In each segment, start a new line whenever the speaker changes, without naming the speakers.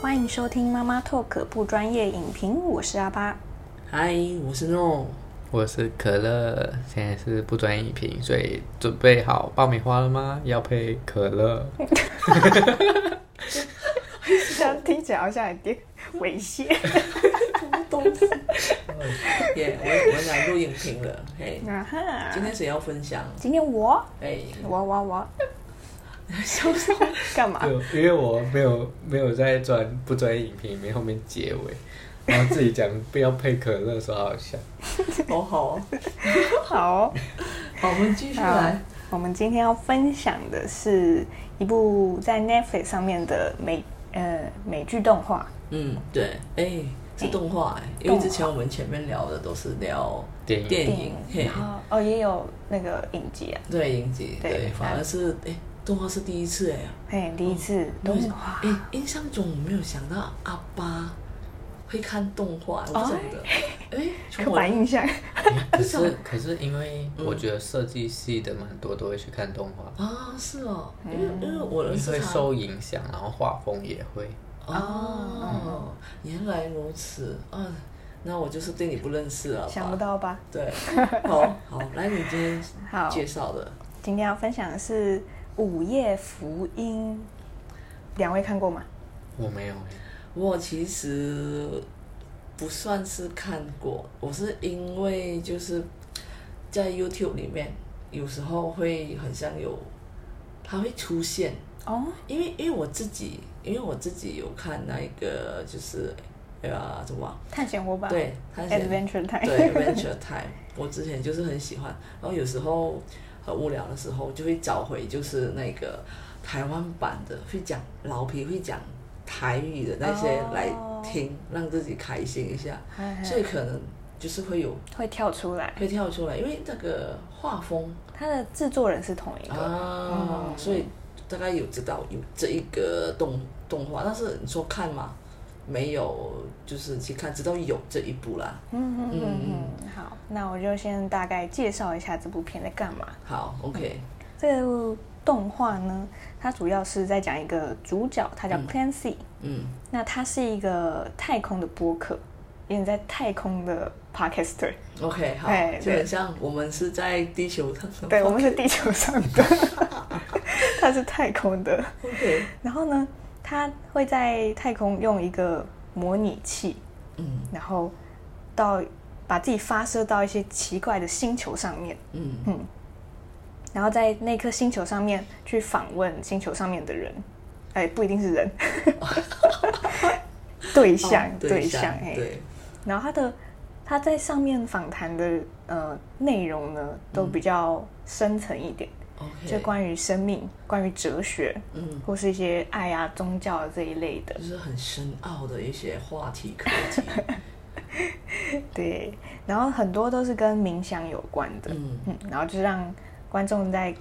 欢迎收听妈妈 Talk 不专业影评，我是阿巴。
嗨，我是诺。
我是可乐，现在是不专业品，所以准备好爆米花了吗？要配可乐。
这样听起来好像有点猥亵。啊
耶、我我来录影评了。嘿，
啊
今
哈，
天谁要分享？
今天我
哎，
我我我，干嘛？
因为我没有没有在专不专业影评里面后面结尾，然后自己讲不要配可乐，说好笑。
好好哦，
好，
好，我们继续来。
我们今天要分享的是一部在 Netflix 上面的美呃美剧动画，
嗯，对，哎，是动画哎，因为之前我们前面聊的都是聊
电影
电影，嘿
然，后哦也有那个影集啊，
对影集，
对
对，反而是哎，动画是第一次哎，
嘿，第一次动画
哎，印象中我没有想到阿巴会看动画，我不晓得，哎，从
哦 刻
我
板印象，
可是可是因为我觉得设计系的蛮多都会去看动画，
啊，是哦，因为
嗯
因为我认识
会
他
受影响，然后画风也会。
哦，原来如此，嗯、那我就是对你不认识了吧？
想不，到吧？
对，好好，来，你今天
好，
介绍的，
今天要分享的是《午夜福音》，两位看过吗？
我没有欸，
我其实不算是看过，我是因为就是在 YouTube 里面，有时候会很像有，它会出现，
哦，
因为因为我自己，因为我自己有看那个就是呃什么啊，
探险伙伴，
对，它写
，Adventure Time，
对 ，Adventure Time，我之前就是很喜欢，然后有时候很无聊的时候，就会找回就是那个台湾版的，会讲老皮会讲台语的那些
哦
来听让自己开心一下，
哎
所以可能就是会有
会跳出来。
会跳出来，因为那个画风
它的制作人是同一个，
啊，所以大概有知道有这一个动动画，但是你说看嘛，没有就是去看，直到有这一部啦。
嗯嗯嗯嗯。好，那我就先大概介绍一下这部片在干嘛。
好，OK，
这部动画呢，它主要是在讲一个主角，他叫 Clancy，、
嗯。
那他是一个太空的播客，也在太空的 podcaster，
OK，好
哎，
基
对
本上我们是在地球上的。
对我们是地球上 的，他是太空的。
OK，
然后呢，他会在太空用一个模拟器，
嗯
然后到把自己发射到一些奇怪的星球上面，
嗯
然后在那颗星球上面去访问星球上面的人，哎，不一定是 人，对象、
哦
对
象
象，哎，
对，
然后他的他在上面访谈的呃内容呢，
嗯
都比较深层一点，
OK，
就关于生命、关于哲学，
嗯，
或是一些爱啊、宗教啊这一类的
就。是很深奥的一些话题课题。
对，然后很多都是跟冥想有关的，
嗯
嗯，然后就让观众在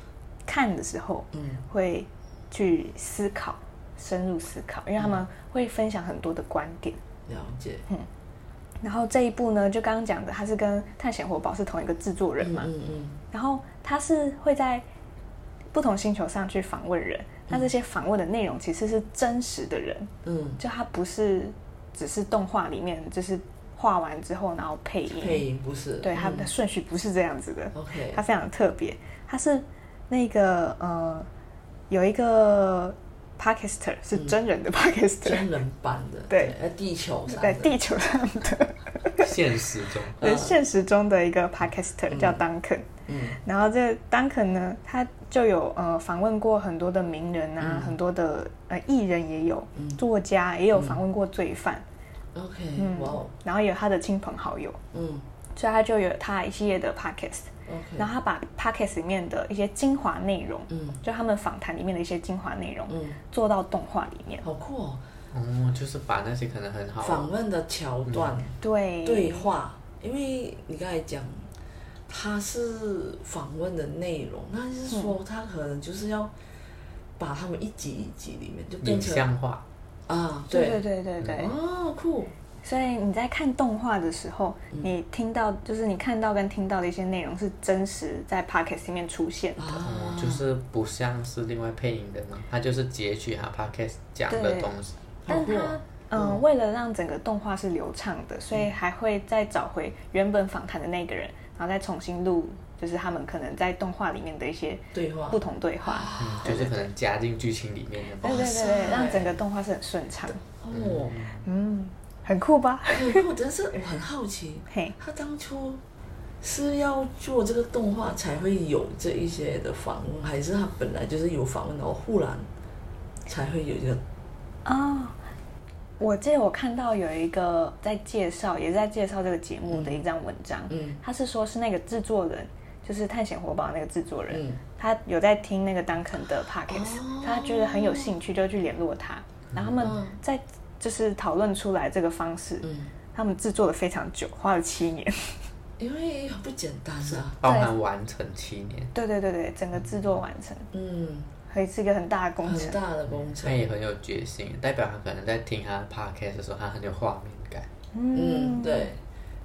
看的时候
嗯
会去思考，深入思考，因为他们会分享很多的观点。
了解。
然后这一部呢，就刚刚讲的，它是跟《探险活宝》是同一个制作人
嗯
嘛，
嗯
然后它是会在不同星球上去访问人，那这些访问的内容其实是真实的人，
嗯嗯，
就它不是只是动画里面就是画完之后然后配音，
配音嗯不是？
对，它
嗯
的顺序不是这样子的，
OK，
它非常特别。它是那个呃，有一个 Podcaster 是真人的 Podcaster，、
嗯真人版的，
对
在地球上
在
的，
地球上的，
现实 中
对现实中的一个 Podcaster 叫 Duncan。
嗯
然后这个 Duncan 呢，他就有呃访问过很多的名人
嗯
啊，很多的呃艺人也有，作家也有
嗯
访问过罪犯，
，OK，哇
嗯
哦，
然后也有他的亲朋好友，
嗯
所以他就有他一系列的 podcast。然
，OK，
后他把 podcast 里面的一些精华内容，
嗯
就他们访谈里面的一些精华内容，
嗯，
做到动画里面。
好酷哦，
哦，就是把那些可能很
访
好，
问的桥段。
对
对话，因为你刚才讲，他是访问的内容，那就是说
嗯
他可能就是要把他们一集一集里面就变
影
成
像化。
啊，
对对对
对，
对对。
哦，酷，
所以你在看动画的时候，
嗯
你听到就是你看到跟听到的一些内容是真实在 podcast 里面出现的。
哦
啊，，
就是不像是另外配音的嘛，他就是截取他 podcast 讲的
对
东西，
好
但
酷哦
它嗯，为了让整个动画是流畅的，所以还会再找回原本访谈的那个人，然后再重新录，就是他们可能在动画里面的一些
对话
不同啊对哦话。
嗯，就是可能加进剧情里面的吧
对。对对对，
塞
让整个动画是很顺畅。
哦，哎
嗯，很酷吧？
对，不过但是我很好奇，
嘿，
他当初是要做这个动画才会有这一些的访问，还是他本来就是有访问，然后忽然才会有一
嗯
个
哦，我记得我看到有一个在介绍，也是在介绍这个节目的一张文章，
嗯
他是说是那个制作人，就是《探险活宝》那个制作人，
嗯
他有在听那个 Duncan 的 podcast，、
哦
他觉得很有兴趣，就去联络他，然后他们在就是讨论出来这个方式，
嗯，
他们制作了非常久，花了七年。
因为不简单啊，
包含完成七年，
对对对对，整个制作完成，
嗯，
还是一个很大的工程
很。大的工
他
程，
也很有决心，代表他可能在听他的 podcast 的时候，他很有画面感。
嗯，对，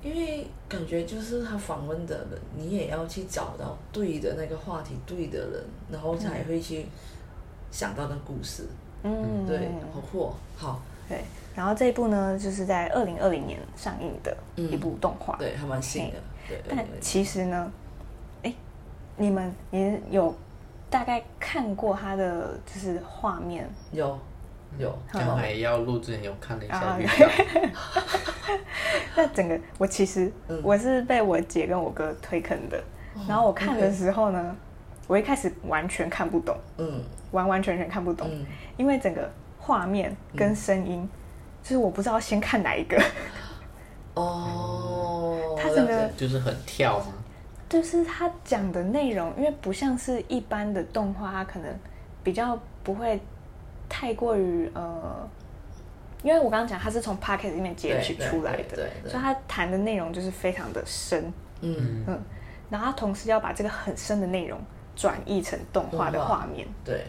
因为感觉就是他访问的人，你也要去找到对的那个话题，对的人，然后才会去想到那故事，
嗯，
对，好酷，哦好，
对。然后这一部呢，就是在二零二零年上映的一部动画。
嗯对，还蛮新的，对，
嗯但其实呢，哎，你们也有大概看过它的就是画 面，
有有，
刚才要录之前有看了一
哦啊
下预告，
那整个我其实、
嗯哦
我是被我姐跟我哥推坑的，然后我看的时候呢，我一开始完全看不懂，
嗯
完完全全看不懂，
嗯，
因为整个画面跟声音，就是我不知道先看哪一个，
哦，
他
了
真
解
的
就是很跳嘛。
就是他讲的内容，因为不像是一般的动画，它可能比较不会太过于呃，因为我刚刚讲它是从 p o c k e t 里面截
对
取
对
出来
对
的，
对对
所以他谈的内容就是非常的深，
嗯，
嗯，然后他同时要把这个很深的内容转译成动画的
动画
画面，
对，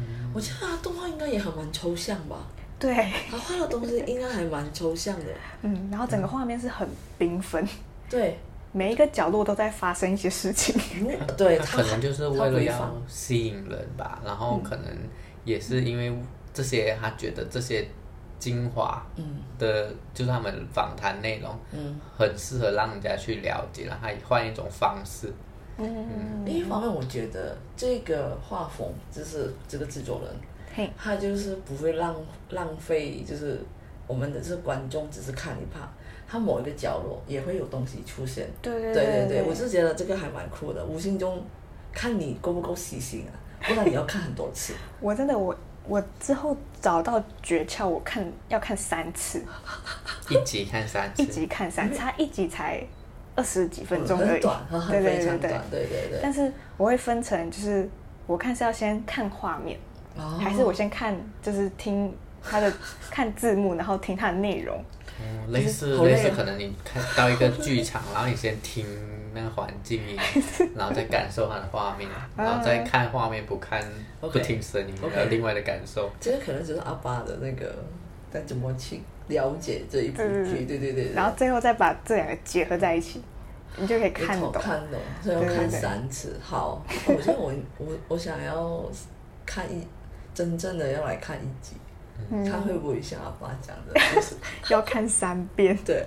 嗯
我觉得他动画应该也还蛮抽象吧，
对，
他画的东西应该还蛮抽象的，
嗯，然后整个画面是很缤纷，
对，
每一个角落都在发生一些事情，
嗯对，
他
他
可能就是
他
为了
回
要
访嗯
吸引人吧，然后可能也是因为这些，他觉得这些精华
嗯
的，就是他们访谈内容
嗯。
很适合让人家去了解，然后他也换一种方式，
嗯，
另一方面，我觉得这个画风就是这个制作人，
嘿，
他就是不会浪浪费，就是我们的是观众只是看一怕，他某一个角落也会有东西出现。
对对
对
对
对对，我是觉得这个还蛮酷的，无形中看你够不够细心啊，不然你要看很多次。
我真的我我之后找到诀窍，我看要看三次，
一集看三
一
次，
集看三次，它一集才二十几 分钟而
很
已，
短，
对
很很
对
非
对
常
对
短。，对对对。
但是我会分成，就是我看是要先看画面，
哦
还是我先看就是听它 的看字幕，然后听它的内容。
嗯类似
好累
类
啊
似，可能你看到一个剧场，然后你先听那个环境 音，然后再感受它的画面，然后再看画面不看
啊 OK
不听声音，
OK
还有另外的感受。
这个可能就是阿爸的那个，该怎么去了解这一部
对对对
剧？对对对对。
然后最后再把这两个结合在一起，你就可以看懂。
看懂，所以要
对对
看
对
三次。好，我觉得我我我想要看一真正的要来看一集，
嗯
看会不会像阿爸讲的，就是
要看三遍，
对，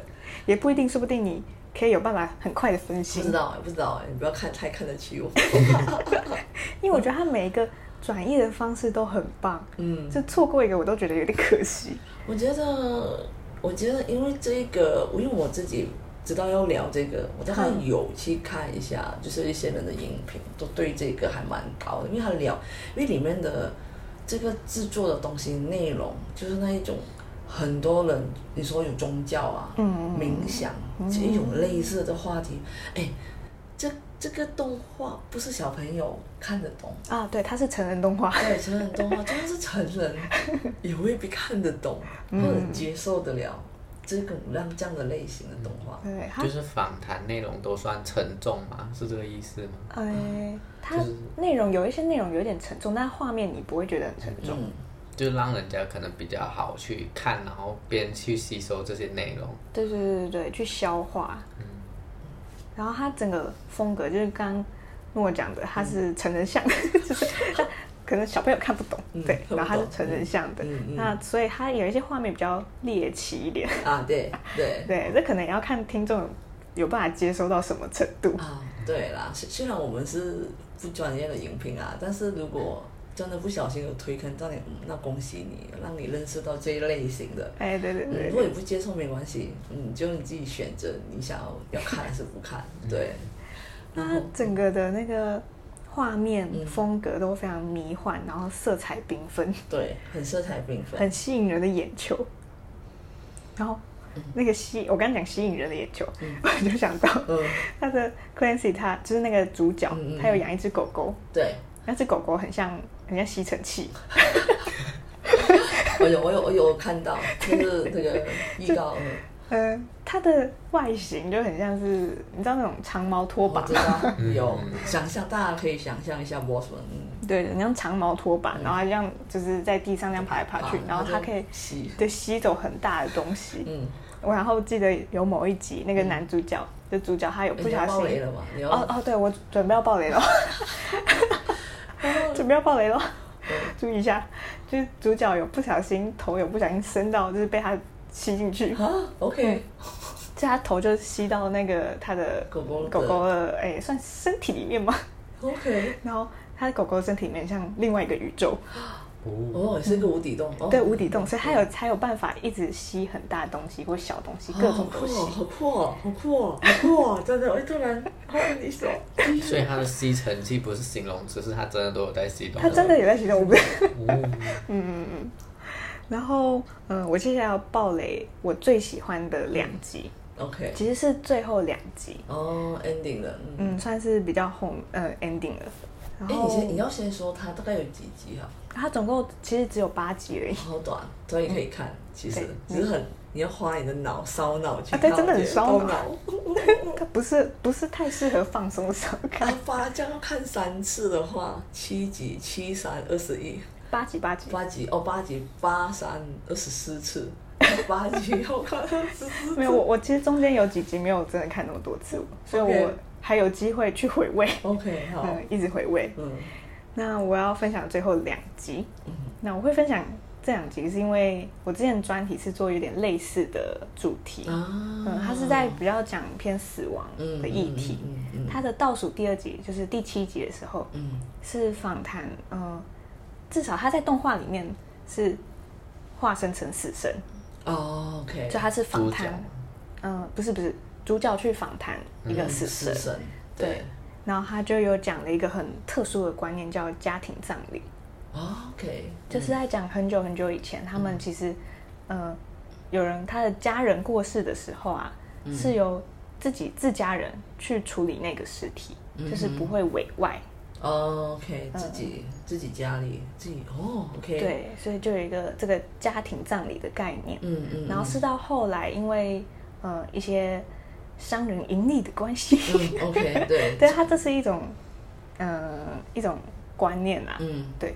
也不一定，说不定你可以有办法很快的分
不
析
知。道哎，不知道哎，你不要看太看得 起我。
因为我觉得它每一个转译的方式都很棒，
嗯，
就错过一个我都觉得有点可惜。
我觉得，我觉得因为这个，因为我自己知道要聊这个，我大概
嗯
有去看一下，就是一些人的影评都对这个还蛮高的，因为他聊，因为里面的这个制作的东西内容，就是那一种很多人你说有宗教啊、
嗯
冥想这一种类似的话题，哎，这这个动画不是小朋友看得懂。
啊，对，它是成人动画，
对，成人动画，就算是成人，也未必看得懂或者接受得了这种让这样的类型的动画。
对它
就，是访谈内容都算沉重嘛，是这个意思吗？
呃，它
就是
内容有一些内容有点沉重，但画面你不会觉得很沉重。
嗯，
就让人家可能比较好去看，然后边去吸收这些内容。
对对对对对，去消化。然 后它整个风格就是刚刚诺讲的，它是成人向，就是它可能小朋友看不懂，
嗯
对，
看不
然后它是
懂
成人向的，
嗯嗯嗯
那所以它有一些画面比较猎奇一点，
啊，对对
对，这可能也要看听众有办法接收到什么程度。
啊，对啦，虽虽然我们是不专业的影评啊，但是如果真的不小心有推坑到你，嗯那恭喜你，让你认识到这一类型的。
哎，对对
嗯，
对
如果你不接受没关系，嗯，就你自己选择你想要要看还是不看，
嗯
对。然
那
后
整个的那个画面
嗯
风格都非常迷幻，然后色彩缤纷，
对，很色彩缤纷，
很吸引人的眼球。然后那个吸，我刚刚讲吸引人的眼球，
嗯
我就想到
嗯，
他的 Clancy，他就是那个主角
嗯嗯，嗯
他有养一只狗狗，
对。
那只狗狗很像很像吸尘器，
哦我有我有我有看到，就是 那个预告，嗯，
呃，它的外形就很像是你知道那种长毛拖把
我知道有想象，大家可以想象一下 b o s s 嗯，
对，很像长毛拖把，
嗯
然后它这样就是在地上这样爬来爬去，然后它可以
吸，
对吸走很大的东西。
嗯，
我然后记得有某一集那个男主角，就主角他有不
你要
小
爆雷
心，
了哦嘛？你要
哦哦，对我准备要爆雷了， 准备要爆雷了，注意一下，就是主角有不小心头有不小心伸到，就是被他吸进去，
啊，OK，
就他头就吸到那个他的
狗狗的
狗狗的哎、算身体里面嘛，
OK，
然后他的狗狗的身体里面像另外一个宇宙，
哦，
哦，也是一个无底洞，哦
对无底洞，所以它有才有办法一直吸很大的东西或小东西，
哦
各种东西。
好酷哦，好酷哦，好酷哦，好酷哦，真的，我突然，哦，你说，
所以它的吸尘器不是形容词，是它真的都有在吸东西。
它真的也在其中，我不。
嗯
嗯
哦，
然后，嗯，我接下来要爆雷我最喜欢的两集，
OK，
其实是最后两集，
哦，ending 了，嗯，
嗯，算是比较后呃 ending 了。然
哎，你先你
后
要先说它大概有几集啊？
它总共其实只有八集而已。
好短，所以可以看。其实
对嗯
只是很，你要花你的脑烧脑去
啊
看。
对真的很烧脑
动脑。哦
它不是不是太适合放松的时候
然
看
后，八这样看三次的话，七集七三二十一，
八集八集，
八集哦八集八三二十四次， 八集要看二十四。
没有我我其实中间有几集没有真的看那么多次，所以我
OK 哦
还有机会去回味，
OK，好，
嗯，一直回味。
嗯
那我要分享最后两集。
嗯
那我会分享这两集，是因为我之前专题是做有点类似的主题，
啊
嗯，它是在比较讲偏死亡的议题。
嗯嗯
它的倒数第二集就是第七集的时候，
嗯
是访谈，嗯、至少他在动画里面是化身成死神，
嗯哦 OK，
就他是访
主角
谈，嗯、不是不是，主角去访谈一个死神，
死神，对
对然后他就有讲了一个很特殊的观念，叫家庭葬礼。
哦 OK，
就是在讲很久很久以前，他
嗯
们其实，呃，有人他的家人过世的时候啊，
嗯
是由自己自家人去处理那个尸体，
嗯
就是不会委外。
哦 OK 自己自己家里自己哦 OK，，
嗯对，所以就有一个这个家庭葬礼的概念。
嗯嗯，
然后是到后来，因为呃一些商人盈利的关系，
嗯 OK 对，
对他这是一种，呃一种观念啊。
嗯
对，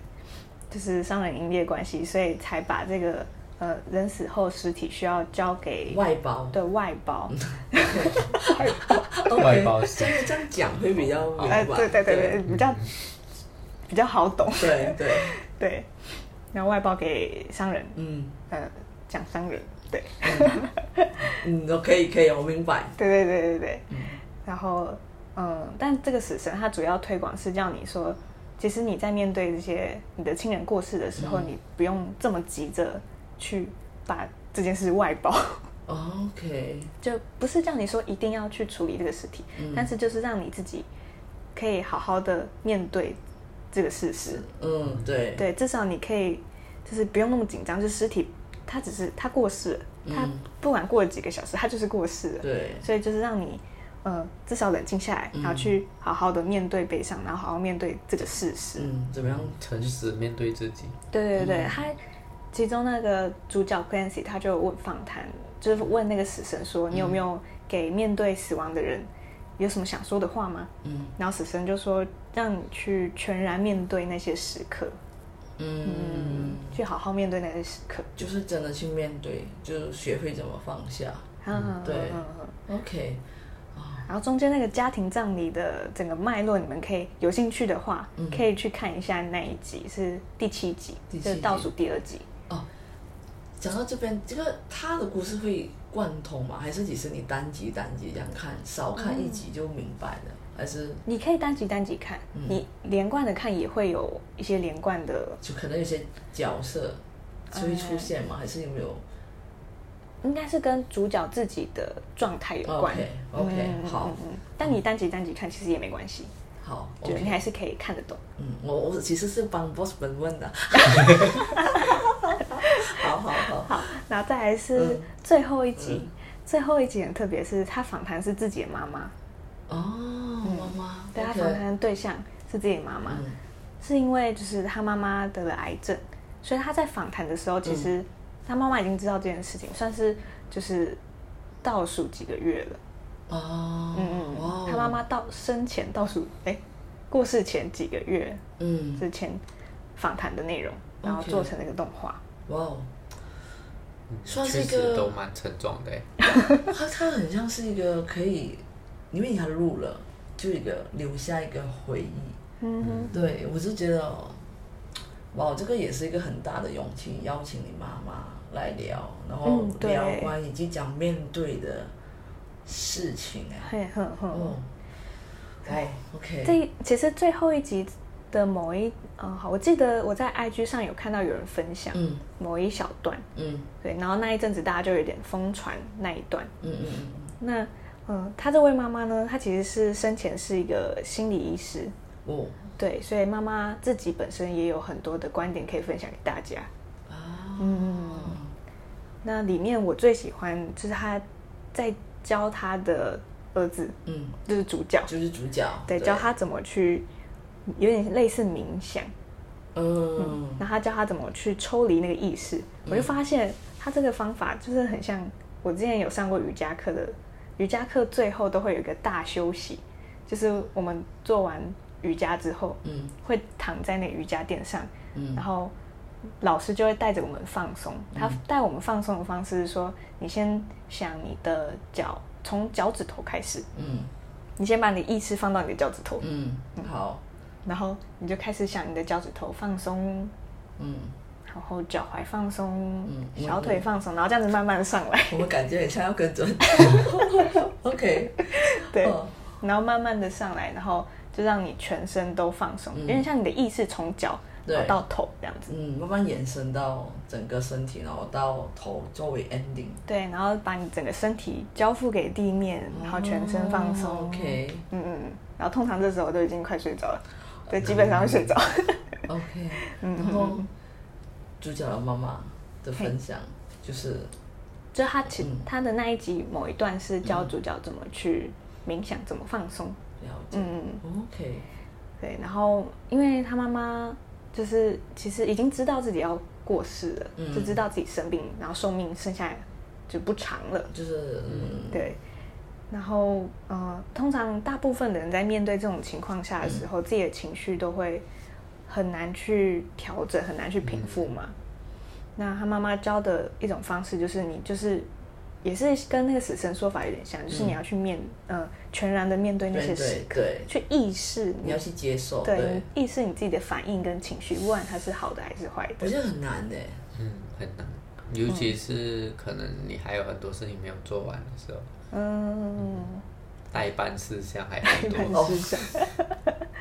就是商人营业关系，所以才把这个呃人死后尸体需要交给
外包
对外包，
OK，
外包
这样这样讲会比较明
哎、
白，
对对对对，比较比较好懂，
对对，
对，然后外包给商人，
嗯
呃，讲商人，对，
嗯，都可以可以，我明白。
对对对对对，然后嗯，但这个死神它主要推广是叫你说，其实你在面对这些你的亲人过世的时候，你不用这么急着去把这件事外包。
OK，嗯
就不是叫你说一定要去处理这个尸体，但是就是让你自己可以好好的面对这个事实。
嗯，对，
对，至少你可以就是不用那么紧张，就尸体它只是它过世了，它不管过了几个小时，它就是过世了。
嗯对，
所以就是让你呃至少冷静下来，然后
嗯
去好好的面对悲伤，然后好好面对这个事实。
嗯，怎么样？
诚实面对自己，
对对对，他其中那个主角 Clancy 他就问访谈，就是问那个死神说：“
嗯
你有没有给面对死亡的人有什么想说的话吗？”
嗯
然后死神就说：“让你去全然面对那些时刻，
嗯，
去好好面对那些时刻。
就是真的去面对，就是学会怎么放下。
嗯”
对
嗯嗯嗯
OK，啊，
然后中间那个家庭葬礼的整个脉络，你们可以有兴趣的话，
嗯
可以去看一下那一集是第七集，
第七
就是
集
倒数第二集。
讲到这边，这个他的故事会贯通吗？还是只是你单集单集这样看，少看一集就明白了？还是
你可以单集单集看，
嗯
你连贯的看也会有一些连贯的，
就可能有些角色就会出现
嗯
吗？还是有没有
应该是跟主角自己的状态有关。
？OK OK，
嗯
好，
嗯嗯但你单集单集看其实也没关系，
好
就你
，OK。
还是可以看得懂。
嗯，我我其实是帮 boss 们问的。 好好好，
好，然后再来是
嗯
最后一集，
嗯
最后一集很特别，是他访谈是自己的妈妈，
哦，妈妈，
对他
OK
访谈的对象是自己的妈妈，
嗯
是因为就是他妈妈得了癌症，所以他在访谈的时候，其实他妈妈已经知道这件事情，算是就是倒数几个月了。
哦，
嗯
哇哦
嗯，他妈妈到生前倒数，哎，过世前几个月
嗯，
之前访谈的内容，然后
OK
做成那个动画。
哇哦，算是
确
一个
实都蛮沉重的欸。
它它很像是一个可以，因为它录了，就一个留下一个回忆。
嗯哼，
对我就觉得，哇，这个也是一个很大的勇气，邀请你妈妈来聊，然后
嗯对
聊关于即将面对的事情哎、
嘿哼哼。
哦，哦，OK，
这其实最后一集的某一嗯，好，我记得我在 IG 上有看到有人分享
嗯
某一小段，
嗯
对，然后那一阵子大家就有点疯传那一段。
嗯嗯嗯
那嗯，她这位妈妈呢，她其实是生前是一个心理医师，
嗯，哦
对，所以妈妈自己本身也有很多的观点可以分享给大家。
啊，
那里面我最喜欢就是她在教她的儿子，
嗯，
就是主角，
就是主角，
对，教，他怎么去，有点类似冥想。
嗯，
然后他教他怎么去抽离那个意识，我就发现他这个方法就是很像我之前有上过瑜伽课的，瑜伽课最后都会有一个大休息，就是我们做完瑜伽之后，
嗯
会躺在那个瑜伽垫上，
嗯嗯
然后老师就会带着我们放松。他带我们放松的方式是说，你先想你的脚，从脚趾头开始，
嗯
你先把你的意识放到你的脚趾头，
嗯，好，
然后你就开始想你的脚趾头放松，
嗯。
然后脚踝放松，
嗯
小腿放松，然后这样子慢慢上来，
我们感觉很像要跟着 OK，
对，
哦
然后慢慢的上来，然后就让你全身都放松，有点像你的意识从脚
嗯对
然后到头这样子，
嗯，慢慢延伸到整个身体，然后到头作为 ending，
对，然后把你整个身体交付给地面，然后全身放松，
哦 OK
嗯嗯嗯，然后通常这时候我都已经快睡着了，
嗯
对，基本上会 睡着，
OK，然
嗯
后主角的妈妈的分享就是，
就他其、
嗯
他的那一集某一段是教主角怎么去冥想，怎么放松，
了解
嗯嗯嗯。
，OK，
对，然后因为他妈妈就是其实已经知道自己要过世了，
嗯
就知道自己生病，然后寿命剩下就不长了。
就是嗯
对，然后呃，通常大部分的人在面对这种情况下的
嗯
时候，自己的情绪都会很难去调整，很难去平
嗯
复嘛。那他妈妈教的一种方式就是，你就是也是跟那个死神说法有点像，就是你要去面，呃，全然的面对那些
嗯对
时
对
刻，
对，
去意识
你要去接受，
对
对，，
意识你自己的反应跟情绪，不管它是好的还是坏
我
的。
觉得很难欸的，
嗯，很难，尤其是可能你还有很多事情没有做完的时候，
嗯，
代办事项还很
很
多。
哦
是这样。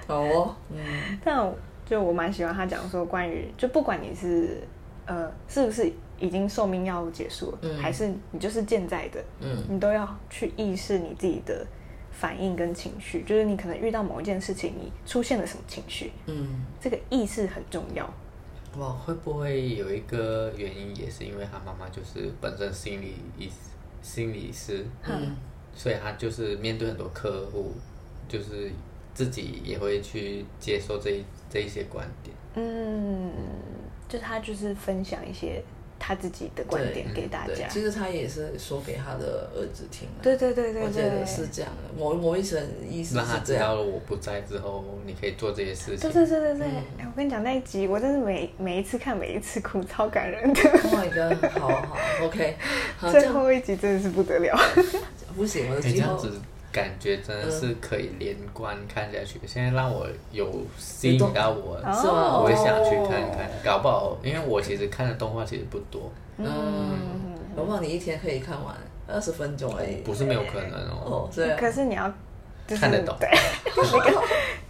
好哦，嗯
但我就我蛮喜欢他讲说，关于就不管你是呃是不是已经寿命要结束了，
嗯
还是你就是健在的，
嗯
你都要去意识你自己的反应跟情绪。就是你可能遇到某一件事情，你出现了什么情绪，
嗯，
这个意识很重要。
哇，会不会有一个原因也是因为他妈妈就是本身心理医心理师，
嗯，
所以他就是面对很多客户，就是自己也会去接受这一这一些观点。
嗯，就他就是分享一些他自己的观
对
点给大
对
家，。
其实他也是说给他的儿子听的，
对对对对
我觉
对，
得是这样的，某某一层意思
让
是
他
这
知
样。
道了我不在之后，你可以做这些事情
对。对对对对，
嗯
哎、我跟你讲那一集，我真是每每一次看每一次哭，超感人的。
Oh my god！好好，OK，好这哦
最
样
后一集真的是不得了，
不行，我的
哎你这
最
样
后
子感觉真的是可以连贯看下去。现在让我有吸引到我，
哦
是吗？
我也想去看看。搞不好，因为我其实看的动画其实不多，
嗯
嗯，搞不好你一天可以看完二十分钟而已。
不是没有可能哦。
哦，这样
可是你要就是
看得懂
对，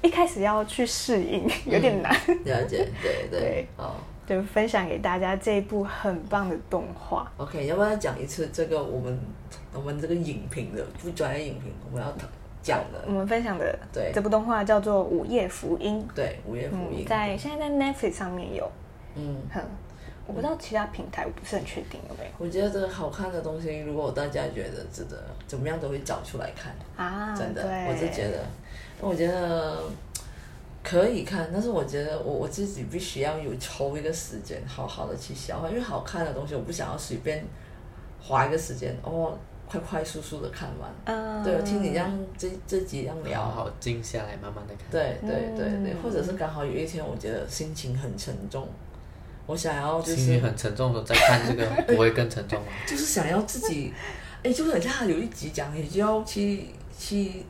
一开始要去适应， 有点难。
了解，对
对
对，哦。
对，分享给大家这一部很棒的动画。
OK，要不要讲一次这个我们我们这个影评的不专业影评，我们要讲的
我们分享的
对
这部动画叫做《午夜福音》，
对《午夜福音
嗯，》在现在在 Netflix 上面有，
嗯，
哼，我不知道其他平台，我不是很确定有没有
我觉得好看的东西，如果大家觉得值得，怎么样都会找出来看，
啊？
真的，
对，
我是觉得，我觉得可以看，但是我觉得我我自己必须要有抽一个时间，好好的去消化，因为好看的东西，我不想要随便花一个时间哦，快快速速的看完。
嗯，
对，我听你这样这这几样聊，
好好静下来，慢慢的看。
对对对对，
嗯
或者是刚好有一天我觉得心情很沉重，我想要就
心
是
情很沉重的时候再 看这个，不会更沉重吗？
就是想要自己，哎，就是很像他有一集讲，你就要去去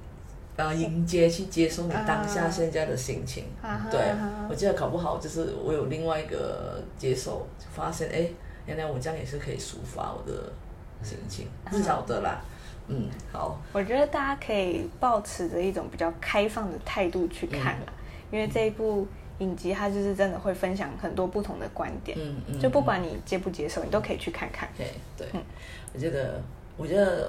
呃迎接去接受你当下
啊
现在的心情。
啊哈
对
啊哈，
我记得搞不好就是我有另外一个接受，就发现哎，原来我这样也是可以抒发我的心情，
啊
不晓得啦。嗯，好，
我觉得大家可以保持着一种比较开放的态度去看
嗯
啦，因为这一部影集它就是真的会分享很多不同的观点，
嗯嗯，
就不嗯管你接不接受，你都可以去看看。
对对，我觉得，我觉得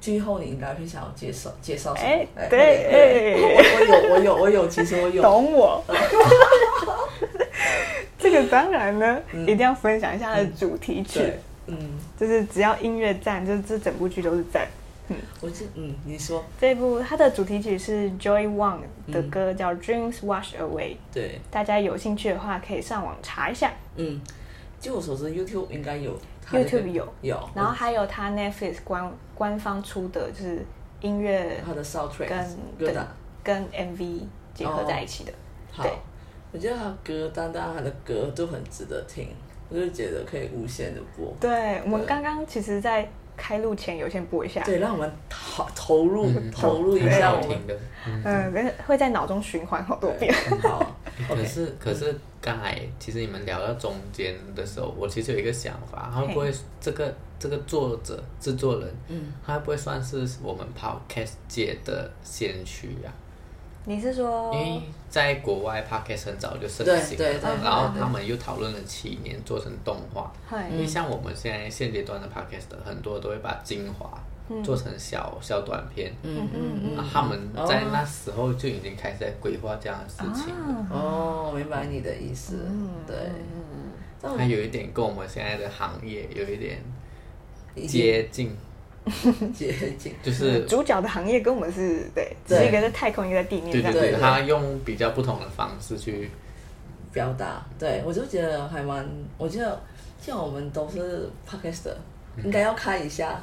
最后你应该会想要介绍介绍什么？
哎
哎
对哎
我我有我有我有，其实我有，
懂我。 这个当然呢，一定要分享一下它的主题曲，
嗯对，嗯，
就是只要音乐赞，就是这整部剧都是赞。
我是嗯，你说
这部它的主题曲是 Joy Wang 的
嗯
歌，叫《Dreams Wash Away》，
对，
大家有兴趣的话可以上网查一下。
嗯，据我所知，YouTube 应该有它的
YouTube 有
有，
然后还有它 Netflix 官官方出的就是音乐
它的 soundtrack
跟
歌
对
单，
跟 MV 结合在一起的。
好
对，
我觉得它歌单，当然它的歌都很值得听，我就觉得可以无限的播。
对，我们刚刚其实，在开录前有先播一下，
对，让我们投投入、
嗯
投入一
很
下我
好
们
听的。
嗯，但是会在脑中循环好多遍。
好
可
，OK，
是可是刚才其实你们聊到中间的时候，我其实有一个想法，会不会这个这个作者制作人，
嗯，
他会不会算是我们 podcast 界的先驱啊？
你是说
因为在国外 podcast 很早就盛行
哦对对对
了，
对
然后他们又讨论了七年做成动画，
嗨
嗯
因为像我们现在现阶段的 podcast 很多都会把精华做成小小短片，
嗯嗯
那
嗯，
他们在那时候就已经开始在规划这样的事情了。
哦，明白你的意思，对。
嗯
但我
它有一点跟我们现在的行业有一点接近，
接近，
就是
嗯
主角的行业跟我们是对，只
对
是一个在太空，一个在地面
对
这样。
对
对
对，
对
他用比较不同的方式去，
表达，对我就觉得还蛮，我觉得像我们都是 podcaster，应该要看一下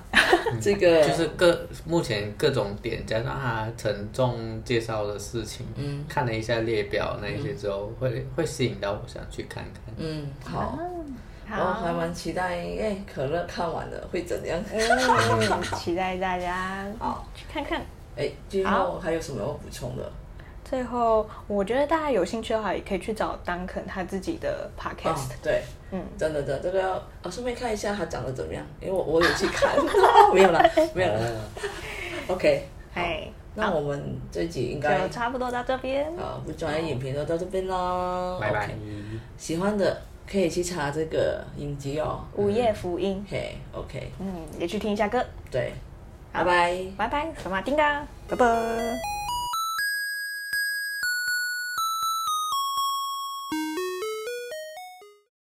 这个，
嗯就是各目前各种点加上他沉重介绍的事情，
嗯
看了一下列表那一些之后，会会吸引到我想去看看。
嗯好，我还
好，
蛮期待，哎，可乐看完了会怎样？
嗯， 期待大家
好
去看看。
哎，最后还有什么要补充的？
最后，我觉得大家有兴趣的话，也可以去找 Duncan 他自己的
啊
podcast。，
对，
嗯，
真的真的，这个要啊，顺便看一下他长得怎么样，因为我我有去看， 没有啦，没有啦
哦
，OK，好，
哎，
那我们这集应该
就差不多到这边。
啊，不专业影评就到这边啦，
哦拜拜
OK。喜欢的可以去查这个影集哦。
午夜福音，
OK OK，
嗯，也去听一下歌。
对，
好
拜拜。
拜拜，什么叮当，拜拜。